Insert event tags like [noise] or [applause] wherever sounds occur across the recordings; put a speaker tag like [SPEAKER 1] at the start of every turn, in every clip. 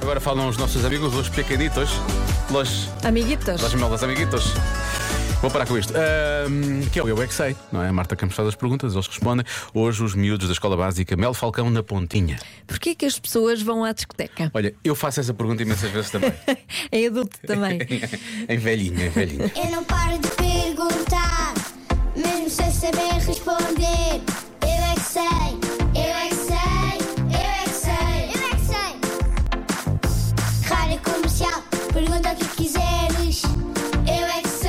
[SPEAKER 1] agora falam os nossos amigos, os pequenitos, los,
[SPEAKER 2] Amiguitas.
[SPEAKER 1] las melas amiguitos. Vou parar com isto. Ahm, que é o Eu É Que Sei, não é? A Marta Campos faz as perguntas, eles respondem. Hoje, os miúdos da Escola Básica Mel Falcão na Pontinha.
[SPEAKER 2] Porquê que as pessoas vão à discoteca?
[SPEAKER 1] Olha, eu faço essa pergunta imensas vezes também.
[SPEAKER 2] É adulto também.
[SPEAKER 1] em velhinho, em velhinho.
[SPEAKER 3] Eu não paro de perguntar, mesmo sem saber responder. Eu é que sei, eu é que sei, eu é que sei, eu é que sei. Rádio comercial, pergunta o que quiseres. Eu é que sei,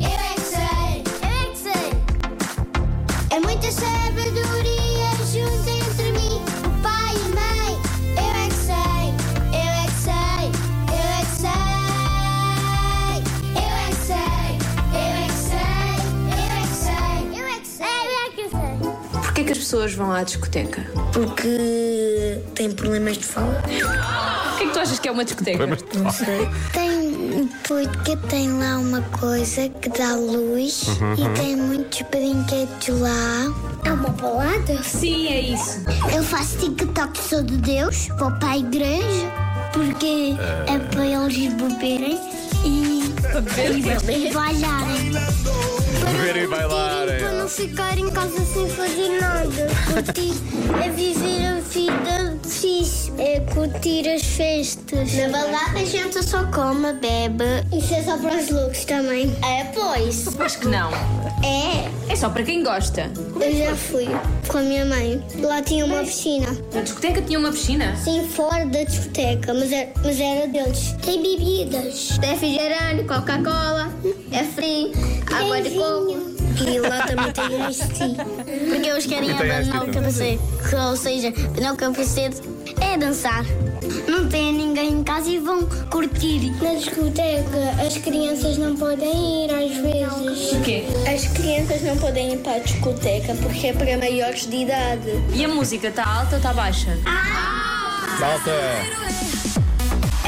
[SPEAKER 3] eu é que sei, eu é que sei. É muita sabedoria junta entre mim, o pai e a mãe. Eu é que sei, eu é que sei, eu é que sei. Eu é que sei, eu é que sei, eu é que sei, eu é que sei, eu é que sei.
[SPEAKER 4] [laughs] Porquê que as pessoas vão à discoteca?
[SPEAKER 5] Porque tem problemas de fala.
[SPEAKER 4] O que é que tu achas que é uma discoteca?
[SPEAKER 2] Então,
[SPEAKER 5] Não sei.
[SPEAKER 3] Tem, porque tem lá uma coisa que dá luz
[SPEAKER 5] Uhum,
[SPEAKER 3] e tem muitos brinquedos lá. É uma balada?
[SPEAKER 4] Sim, é isso.
[SPEAKER 3] Eu faço TikTok sou de Deus, vou para a igreja, porque é para eles beberem e,
[SPEAKER 4] É
[SPEAKER 3] e bailarem.
[SPEAKER 1] Beber e bailar, é.
[SPEAKER 3] Para não ficar em casa sem fazer nada. Curtir é viver a vida fixe. É curtir as festas. Na balada a gente só come, bebe. Isso é só para os loucos também. É, pois.
[SPEAKER 4] Acho que não.
[SPEAKER 3] É.
[SPEAKER 4] É só para quem gosta. é
[SPEAKER 3] Eu já fui com a minha mãe. Lá tinha uma piscina.
[SPEAKER 4] Na discoteca tinha uma piscina.
[SPEAKER 3] Sim, fora da discoteca, mas era, mas era deles. Tem bebidas. Tem É refrigerante, Coca-Cola, é frio, água de coco. E lá também tem um isto. Porque eles querem
[SPEAKER 1] E tem abandonar ice tea o também.
[SPEAKER 3] [laughs] Ou seja, não o capacete é dançar. Não tem ninguém em casa e vão curtir. Na discoteca, as crianças não podem ir às vezes.
[SPEAKER 4] O quê?
[SPEAKER 3] As crianças não podem ir para a discoteca porque é para maiores de idade.
[SPEAKER 4] E a música está alta ou está baixa?
[SPEAKER 1] Salta!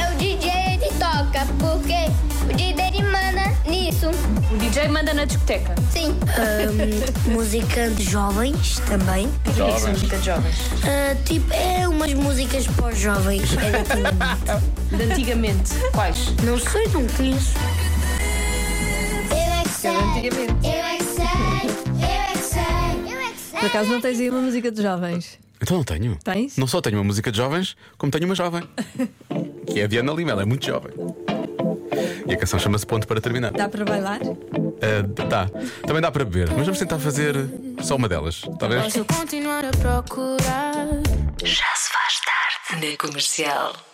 [SPEAKER 3] É o DJ que toca, porque o DJ manda nisso.
[SPEAKER 4] O DJ manda na discoteca.
[SPEAKER 3] Sim.
[SPEAKER 5] [laughs] música de jovens também.
[SPEAKER 4] O que é que são música de jovens?
[SPEAKER 5] Ah, tipo, é umas músicas para os
[SPEAKER 2] [laughs]
[SPEAKER 5] jovens. É antigamente.
[SPEAKER 4] De antigamente. Quais?
[SPEAKER 5] não sei, não conheço.
[SPEAKER 3] Eu é que sei.
[SPEAKER 4] Antigamente.
[SPEAKER 3] Eu é que sei. Eu é que sei. Eu é que
[SPEAKER 2] Por
[SPEAKER 3] sei.
[SPEAKER 2] acaso não tens aí uma música de jovens?
[SPEAKER 1] Então não tenho.
[SPEAKER 2] Tens?
[SPEAKER 1] Não só tenho uma música de jovens, como tenho uma jovem. que é a Diana Lima, ela é muito jovem. E a canção chama-se Ponto para Terminar.
[SPEAKER 2] Dá para bailar?
[SPEAKER 1] Ah, tá. Também dá para beber, mas vamos tentar fazer só uma delas, talvez?
[SPEAKER 6] Posso continuar a procurar.
[SPEAKER 7] Já se faz tarde na comercial.